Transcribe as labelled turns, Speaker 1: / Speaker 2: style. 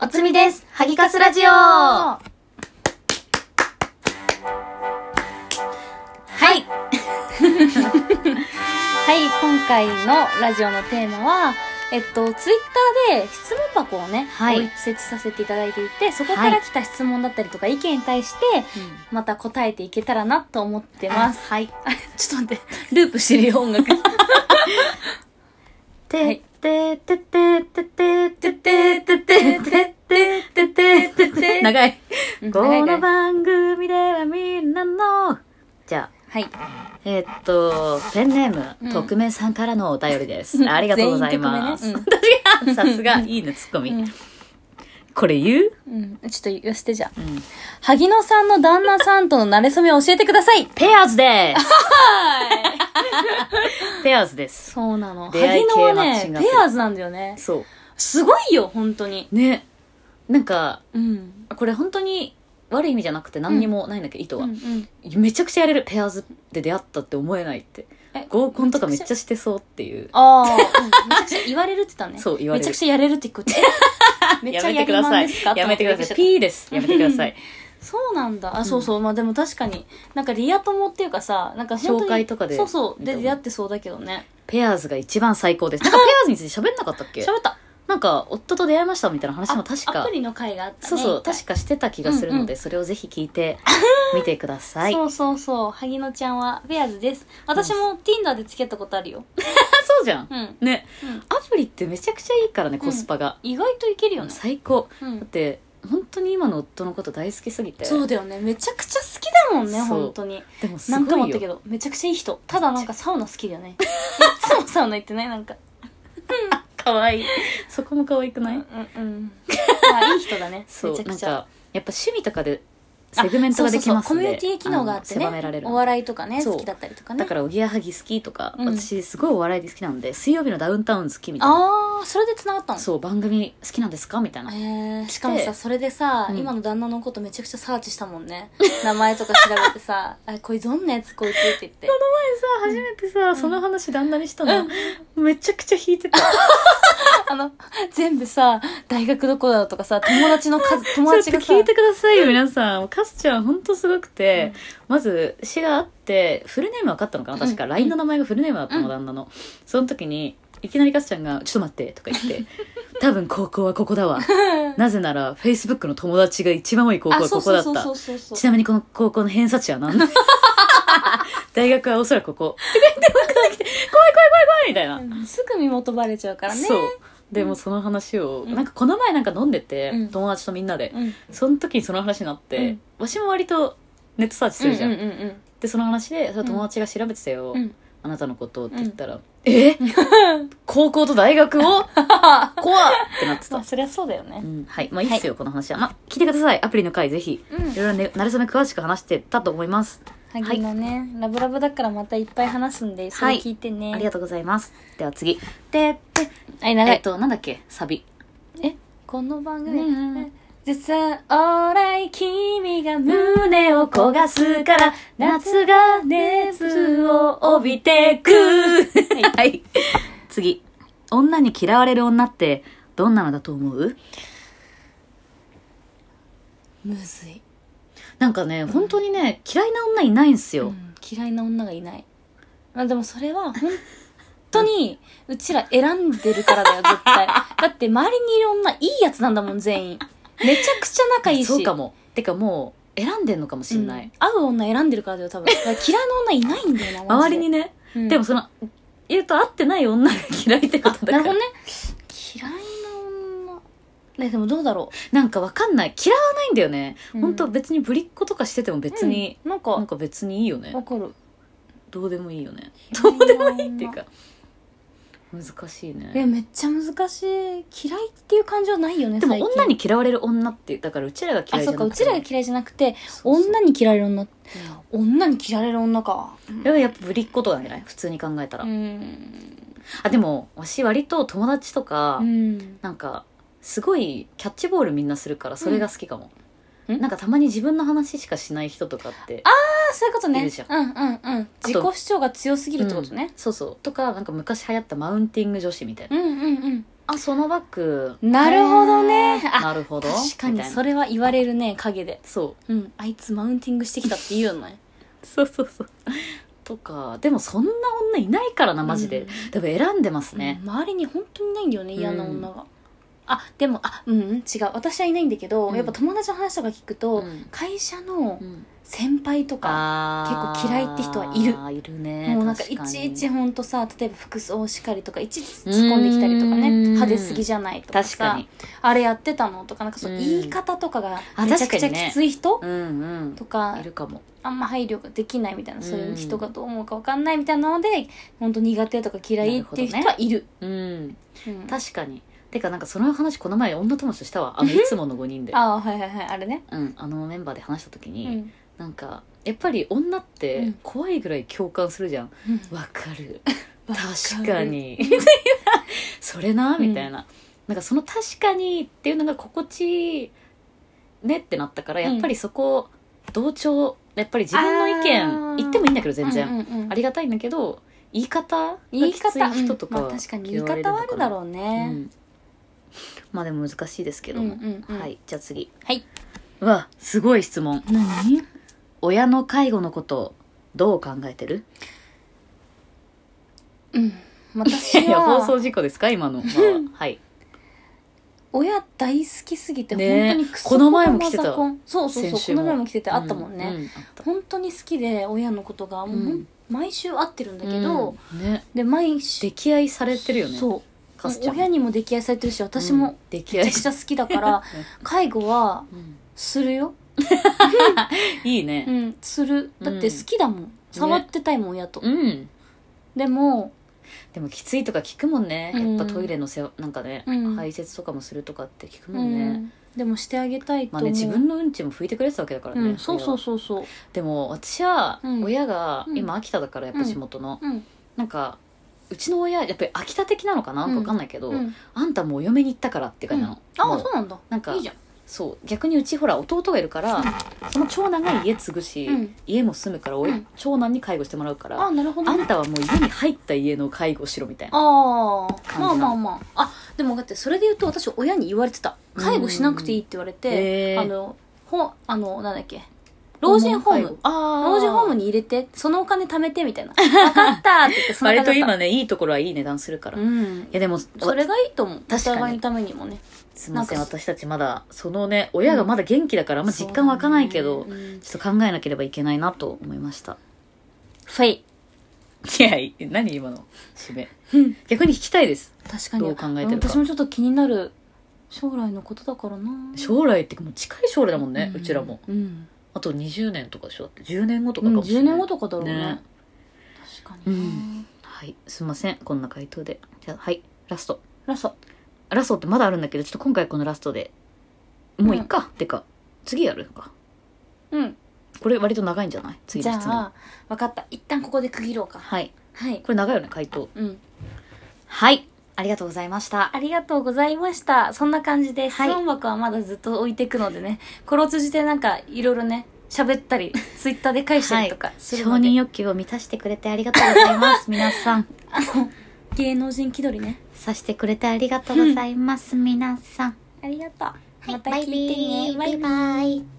Speaker 1: おつみです。ハギカスラジオ。は
Speaker 2: あ
Speaker 1: い。
Speaker 2: はい、今回のラジオのテーマは、えっと、ツイッターで質問箱をね、
Speaker 1: はい
Speaker 2: 置い設置させていただいていて、そこから来た質問だったりとか意見に対して、また答えていけたらなと思ってます。
Speaker 1: はい。
Speaker 2: ちょっと待って、ループしてるよ、音 楽。
Speaker 1: ててててててててててててててて
Speaker 2: 長い。
Speaker 1: この
Speaker 2: は
Speaker 1: 番組ではみんなの、じゃ
Speaker 2: い。
Speaker 1: あ、えーっと、ペンネー
Speaker 2: う
Speaker 1: ム、
Speaker 2: ん
Speaker 1: 匿名さんからのお便りです。ありがとうございます。
Speaker 2: 全員
Speaker 1: さすが、いいね、ツッコミ。
Speaker 2: 匿名ね
Speaker 1: これ言う
Speaker 2: うん。うん。ちょっと言わせてじゃあ。
Speaker 1: うん。
Speaker 2: 萩野さんの旦那さんとの馴れ初めを教えてください。
Speaker 1: ペアーズです。ペアーズです。
Speaker 2: そうなの。
Speaker 1: 出
Speaker 2: 萩
Speaker 1: 会い
Speaker 2: 野
Speaker 1: 系
Speaker 2: は
Speaker 1: マッ
Speaker 2: ね
Speaker 1: チン、グアプ
Speaker 2: ペ
Speaker 1: リ
Speaker 2: アーズなんだよね。
Speaker 1: そ
Speaker 2: すごいよ、本当に。
Speaker 1: う。ね。なんか、
Speaker 2: うん。
Speaker 1: これ本当に悪い意味じゃなくて何にもないんだけど、意図
Speaker 2: うんう、
Speaker 1: は
Speaker 2: ん。
Speaker 1: めちゃくちゃやれるペアーズで出会ったって思えないって
Speaker 2: え
Speaker 1: 合コンとかめっちゃしてそうっていう
Speaker 2: ああ、うんめちゃくちゃ言われるって言ったね。
Speaker 1: そう言われ
Speaker 2: め
Speaker 1: る
Speaker 2: ちゃくちゃやれるって聞こえて。え めっちゃやりまんですか
Speaker 1: やめてくだ
Speaker 2: と思
Speaker 1: さ
Speaker 2: っ
Speaker 1: いピーですやめてくだ さい
Speaker 2: そうなんだ。あ、そうそう。まあでも確かに、なんかリア友っていうかさ、なんか本当に
Speaker 1: 紹介とかで
Speaker 2: そうそう。で、
Speaker 1: 見たもん
Speaker 2: 出会ってそうだけどね。
Speaker 1: ペアーズが一番最高ですなんかペアーズについて喋んなかったっ け
Speaker 2: 喋った。
Speaker 1: なんか夫と出会いましたみたいな話も確
Speaker 2: あア
Speaker 1: か
Speaker 2: プリの会があったね。
Speaker 1: そうそう
Speaker 2: 一回
Speaker 1: 確かしてた気がするので、
Speaker 2: うんう
Speaker 1: それをぜひ聞 いてみてください
Speaker 2: そうそうそう。萩野ちゃんはペアーズです。私も Tinder でつけたことあるよ。
Speaker 1: そうじゃん
Speaker 2: うん。
Speaker 1: ね
Speaker 2: うん
Speaker 1: アプリってめちゃくちゃいいからねコスパが、
Speaker 2: 意外といけるよね。
Speaker 1: 最高
Speaker 2: うん
Speaker 1: だっ。て本当に今の夫のこと大好きすぎて
Speaker 2: そうだよね。めちゃくちゃ好きだもんね、
Speaker 1: そう
Speaker 2: 本当に。
Speaker 1: でもすごいよ
Speaker 2: 何回も言ったけど、めちゃくちゃいい人。ただなんかサウナ好き だよね。いつもサウナ行ってないなんか。
Speaker 1: 可愛いそこも可愛くない、
Speaker 2: うんうん。まあいい人だね。
Speaker 1: そ
Speaker 2: め
Speaker 1: う
Speaker 2: ちゃ
Speaker 1: な
Speaker 2: く
Speaker 1: ん
Speaker 2: ちゃ。
Speaker 1: かやっぱ趣味とかでセグメントができ
Speaker 2: あ
Speaker 1: ま
Speaker 2: そ
Speaker 1: す
Speaker 2: うそうそうんコ
Speaker 1: で
Speaker 2: ミュニティ機能があって
Speaker 1: の狭められ
Speaker 2: ね。
Speaker 1: る
Speaker 2: お笑いとかね、
Speaker 1: そう
Speaker 2: 好きだったりとかね。
Speaker 1: だからおぎやはぎ好きとか、
Speaker 2: うん
Speaker 1: 私すごいお笑いで好きなんで水曜日のダウンタウン好きみたいな
Speaker 2: あー、それで繋がったの
Speaker 1: そう番組好きなんですかみたいな、
Speaker 2: へーしかもさそれでさ、
Speaker 1: うん
Speaker 2: 今の旦那のことめちゃくちゃサーチしたもんね名前とか調べてさ 「あこいつどんなやつこいつ」って言 って
Speaker 1: 前さ初めてさ、その話旦那にしたの、めちゃくちゃ引いてた
Speaker 2: あの全部さ大学どこだとかさ友達の数友
Speaker 1: ちょ
Speaker 2: 達
Speaker 1: っと
Speaker 2: がさ
Speaker 1: 聞いてくださいよ皆さんカスちゃん本当すごくて、まず詩があってフルネーム分かったのかな確か、
Speaker 2: うん
Speaker 1: LINE の名前がフルネームだったの、
Speaker 2: うん
Speaker 1: 旦那のその時にいきなりカスちゃんが「ちょっと待って」とか 言って「多分高校はここだわ」 なぜなら Facebook の友達が一番多い高校
Speaker 2: あ
Speaker 1: は
Speaker 2: そ
Speaker 1: こ
Speaker 2: う
Speaker 1: こ
Speaker 2: そ
Speaker 1: だ
Speaker 2: う
Speaker 1: っ
Speaker 2: そうそうそ
Speaker 1: た
Speaker 2: うそう
Speaker 1: ちなみにこの高校の偏差値は 何だ大学はおそらくここ怖い怖い怖い怖いみたいな、
Speaker 2: うんすぐ身元バレちゃうからね
Speaker 1: そうでもその話を、
Speaker 2: うん
Speaker 1: なんかこの前なんか飲んでて、
Speaker 2: うん
Speaker 1: 友達とみんなで、
Speaker 2: うん
Speaker 1: その時にその話になって、
Speaker 2: うん
Speaker 1: わしも割とネットサーチするじゃん、
Speaker 2: うんうんうん
Speaker 1: でその話でその友達が調べてたよ、
Speaker 2: うんうん
Speaker 1: あなたのことをって言ったら、え高校と大 学を怖っってなって
Speaker 2: ま
Speaker 1: た
Speaker 2: あ、そりゃそうだよ
Speaker 1: う
Speaker 2: ね
Speaker 1: ん、はいまあいいっすよ、この話はまあ聞いてくださいアプリの回ぜひ
Speaker 2: うん
Speaker 1: いろいろね慣れ初め詳しく話してたと思います、
Speaker 2: 萩のね、ラブラブだからまたいっぱい話すんでそれ聞いてね、
Speaker 1: ありがとうございますでは次
Speaker 2: でってはい長
Speaker 1: えっ
Speaker 2: い
Speaker 1: となんだっけサビ
Speaker 2: えこの番組、
Speaker 1: ね
Speaker 2: 絶賛オーライ君が胸を焦がすから夏が熱を帯びてく
Speaker 1: はい次女に嫌われる女ってどんなのだと思う
Speaker 2: むずい、
Speaker 1: なんかね本当にね嫌いな女いないんすよ、
Speaker 2: うん嫌いな女がいないまあでもそれは本当にうちら選んでるからだよ絶 対だって周りにいる女いいやつなんだもん全員めちゃくちゃ仲いいし
Speaker 1: そうかもてかもう選んでんのかもしんない、
Speaker 2: うん合う女選んでるからだよ 多分だから嫌いな女いないんだよなマジ
Speaker 1: 周
Speaker 2: で
Speaker 1: りにね、
Speaker 2: うん
Speaker 1: でもその言うと会ってない女が嫌いってこ
Speaker 2: あ
Speaker 1: とだ
Speaker 2: な
Speaker 1: か
Speaker 2: るほ
Speaker 1: ら
Speaker 2: どね嫌いな女ねでもどうだろう
Speaker 1: なんかわかんない嫌わないんだよね、
Speaker 2: うん
Speaker 1: 本当別にぶりっ子とかしてても別に、
Speaker 2: なんか
Speaker 1: なんか別にいいよね
Speaker 2: わかる
Speaker 1: どうでもいいよね
Speaker 2: どうでも
Speaker 1: いいっていうか難しい
Speaker 2: いや
Speaker 1: ね
Speaker 2: めっちゃ難しい嫌いっていう感情ないよね
Speaker 1: でも
Speaker 2: 最近
Speaker 1: 女に嫌われる女ってだからうちらが
Speaker 2: あ
Speaker 1: 嫌い
Speaker 2: そ
Speaker 1: じ
Speaker 2: う
Speaker 1: ゃな
Speaker 2: か
Speaker 1: く
Speaker 2: う
Speaker 1: て
Speaker 2: ちらが嫌いじゃなくて
Speaker 1: そうそう
Speaker 2: 女に嫌われる女
Speaker 1: うん
Speaker 2: 女に嫌われる女か
Speaker 1: それはやっぱぶりっ子とかじゃない普通に考えたら、
Speaker 2: うん
Speaker 1: あでもわし割と友達とか、
Speaker 2: うん
Speaker 1: なんかすごいキャッチボールみんなするからそれが好きかも、
Speaker 2: うん
Speaker 1: なんかたまに自分の話しかしない人とかって
Speaker 2: あそういうこと
Speaker 1: い
Speaker 2: ね
Speaker 1: るじゃん
Speaker 2: うんうんうん
Speaker 1: と
Speaker 2: 自己主張が強すぎるってことね
Speaker 1: うんそうそうとかなんか昔流行ったマウンティング女子みたいな、
Speaker 2: うんうんうん
Speaker 1: あそのバッグ
Speaker 2: なるほどね
Speaker 1: へー
Speaker 2: あ
Speaker 1: なるほど
Speaker 2: 確か
Speaker 1: み
Speaker 2: に
Speaker 1: たいな
Speaker 2: それは言われるね陰で
Speaker 1: そ
Speaker 2: うんあいつマウンティングしてきたって言うよね
Speaker 1: うそうそうそうとかでもそんな女いないからなマジで、
Speaker 2: うん
Speaker 1: 多分選んでますね、
Speaker 2: 周りに本当にいないんだよね嫌な女が、
Speaker 1: う
Speaker 2: あでもあうんうん違う私はいないんだけど、
Speaker 1: うん
Speaker 2: やっぱ友達の話とか聞くと、
Speaker 1: うん
Speaker 2: 会社の
Speaker 1: うん
Speaker 2: 先輩とか、
Speaker 1: あー
Speaker 2: 結構嫌いって人はいる
Speaker 1: あーいるね
Speaker 2: もうなんか
Speaker 1: 確
Speaker 2: い
Speaker 1: に
Speaker 2: ちいちほんとさ例えば服装しかりとかいちいち突っ込んできたりとかね
Speaker 1: うん
Speaker 2: 派手すぎじゃないとか
Speaker 1: 確
Speaker 2: さ
Speaker 1: かに
Speaker 2: あれやってたのとかなんかそう
Speaker 1: うん
Speaker 2: 言い方とかが
Speaker 1: あ
Speaker 2: めちゃく
Speaker 1: 確
Speaker 2: ち
Speaker 1: か
Speaker 2: ゃ
Speaker 1: にね
Speaker 2: きつい人
Speaker 1: うんうん
Speaker 2: とか
Speaker 1: いるかも
Speaker 2: あんま配慮ができないみたいなそういう人
Speaker 1: う
Speaker 2: がどう思うか分かんないみたいなので本当苦手とか嫌いっていう人はいる
Speaker 1: うん
Speaker 2: うん
Speaker 1: 確かにてかなんかその話この前女友達としたわあのいつもの5人で
Speaker 2: ああはいはいはいあれね
Speaker 1: うん、あのメンバーで話した時
Speaker 2: う
Speaker 1: に、
Speaker 2: ん
Speaker 1: なんかやっぱり女っ
Speaker 2: う
Speaker 1: て
Speaker 2: ん
Speaker 1: 怖いぐらい共感するじゃんわ、かる
Speaker 2: わ
Speaker 1: 確か にそれなみたいな、なんかその「確かに」っていうのが心地いいねってなったから
Speaker 2: うん
Speaker 1: やっぱりそこ同調やっぱり自分の意
Speaker 2: あー
Speaker 1: 見言ってもいいんだけど全然、
Speaker 2: うんうんうん
Speaker 1: ありがたいんだけど言い方が
Speaker 2: 言い
Speaker 1: きつ
Speaker 2: 方
Speaker 1: い人とか
Speaker 2: うんまあ確かに言い方はあるだろう
Speaker 1: う
Speaker 2: ね
Speaker 1: んまあでも難しいですけど
Speaker 2: うん
Speaker 1: も、
Speaker 2: うんうん
Speaker 1: はいじゃあ次
Speaker 2: はい。
Speaker 1: うわすごい質問
Speaker 2: 何
Speaker 1: 親の介護のことどう考えてる
Speaker 2: うん
Speaker 1: い
Speaker 2: 私
Speaker 1: や いや放
Speaker 2: は
Speaker 1: 送事故ですか 今の、まあ、はい
Speaker 2: 親大好きすぎて
Speaker 1: ね
Speaker 2: 本当にクソ
Speaker 1: この前も来てた
Speaker 2: マザコンそうそう
Speaker 1: 先
Speaker 2: そうこ
Speaker 1: 週も
Speaker 2: の前も来ててあったもんね、
Speaker 1: ううあった
Speaker 2: 本当に好きで親のことがもう、
Speaker 1: うん
Speaker 2: 毎週会ってるんだけど、
Speaker 1: うんね
Speaker 2: で毎週
Speaker 1: 溺愛されてるよね
Speaker 2: そう
Speaker 1: カスちゃん
Speaker 2: 親にも溺愛されてるし私
Speaker 1: う
Speaker 2: も
Speaker 1: ん溺
Speaker 2: めち
Speaker 1: 愛
Speaker 2: ゃく
Speaker 1: し
Speaker 2: ちゃ好きだ から、介護は
Speaker 1: うん
Speaker 2: するよ
Speaker 1: いいうね
Speaker 2: んするだって好きだもん、触ってたいもん親と、
Speaker 1: うん、
Speaker 2: でも
Speaker 1: でもきついとか聞くもんね
Speaker 2: うん
Speaker 1: やっぱトイレのせわなんかね、
Speaker 2: うん
Speaker 1: 排泄とかもするとかって聞く
Speaker 2: う
Speaker 1: もん
Speaker 2: ん、
Speaker 1: ね、
Speaker 2: でもしてあげたいと
Speaker 1: まあ
Speaker 2: 思う、
Speaker 1: ね自分のうんちも拭いてくれてたわけだからね、
Speaker 2: うん、そうそうそうそう
Speaker 1: でも私は
Speaker 2: うん
Speaker 1: 親が、
Speaker 2: うん
Speaker 1: 今秋田だからやっぱ地元の、
Speaker 2: うん
Speaker 1: なんかうちの親やっぱり秋田的なのかななんか分かんないけど、
Speaker 2: うん
Speaker 1: あんたもうお嫁に行ったからって感じなの、
Speaker 2: あ
Speaker 1: も
Speaker 2: あそうなんだ
Speaker 1: なんか
Speaker 2: いいじゃん
Speaker 1: そう逆にうちほら弟がいるからその長男が家継ぐし、
Speaker 2: うん
Speaker 1: 家も住むからおい、
Speaker 2: うん
Speaker 1: 長男に介護してもらうから、
Speaker 2: あなるほど
Speaker 1: あ
Speaker 2: ね
Speaker 1: んたはもう家に入った家の介護しろみたいな
Speaker 2: ああま
Speaker 1: 感
Speaker 2: あ
Speaker 1: じな
Speaker 2: ま
Speaker 1: の
Speaker 2: あまああでもだってそれで言うと私親に言われてた介護しなくていいって言われて、
Speaker 1: うん
Speaker 2: あのほあのなんだっけ老人ホーム
Speaker 1: あ
Speaker 2: 老人ホームに
Speaker 1: に
Speaker 2: 入れてそのお金貯めてみたいな「分かった」って言ってその
Speaker 1: 割と
Speaker 2: 金だっ
Speaker 1: 今ねいいところはいい値段するか
Speaker 2: た
Speaker 1: ら、
Speaker 2: う
Speaker 1: い
Speaker 2: ん
Speaker 1: やでも
Speaker 2: それがいいと思うお
Speaker 1: かに
Speaker 2: 互いのためにもね
Speaker 1: すみません
Speaker 2: なん
Speaker 1: 私たちまだそのね親がまだ元気だからあんま実感湧かないけど、
Speaker 2: そうだねうん
Speaker 1: ちょっと考えなければいけないなと思いました
Speaker 2: フェイ
Speaker 1: いやい何今の締め逆に聞きたいです
Speaker 2: 確かに
Speaker 1: どう考えてるか
Speaker 2: 私もちょっと気になる将来のことだからな
Speaker 1: 将来ってかもう近い将来だもんね、うちらも
Speaker 2: うん、
Speaker 1: あと20年とかでしょだって10年後と
Speaker 2: う
Speaker 1: か
Speaker 2: ん
Speaker 1: かもしれ
Speaker 2: 10
Speaker 1: ない、
Speaker 2: 年後とかだろうね
Speaker 1: ね
Speaker 2: 確かにな、
Speaker 1: うんはいすいませんこんな回答でじゃあはいラスト
Speaker 2: ラスト
Speaker 1: ラストってまだあるんだけどちょっと今回このラストでもういっか、てか次やるか
Speaker 2: うん
Speaker 1: これ割と長いんじゃない次
Speaker 2: じ
Speaker 1: の
Speaker 2: ゃ
Speaker 1: 質問
Speaker 2: あ分かった一旦ここで区切ろうか
Speaker 1: はい
Speaker 2: はい
Speaker 1: これ長いよね回答
Speaker 2: うん
Speaker 1: はいありがとうございました
Speaker 2: ありがとうございましたそんな感じで質
Speaker 1: はい
Speaker 2: 問箱はまだずっと置いていくのでねこれを通じてなんかいろいろね喋っ たりツイッターで返したりとかする
Speaker 1: 承
Speaker 2: ので、
Speaker 1: 認欲求を満たしてくれてありがとうございます 皆さん
Speaker 2: 芸能人気取りね
Speaker 1: さしてくれてありがとうございます皆さん
Speaker 2: ありがとう、
Speaker 3: はい、
Speaker 2: また
Speaker 3: バ
Speaker 2: 聞
Speaker 3: イ
Speaker 2: いてね
Speaker 3: ビーバイバイ。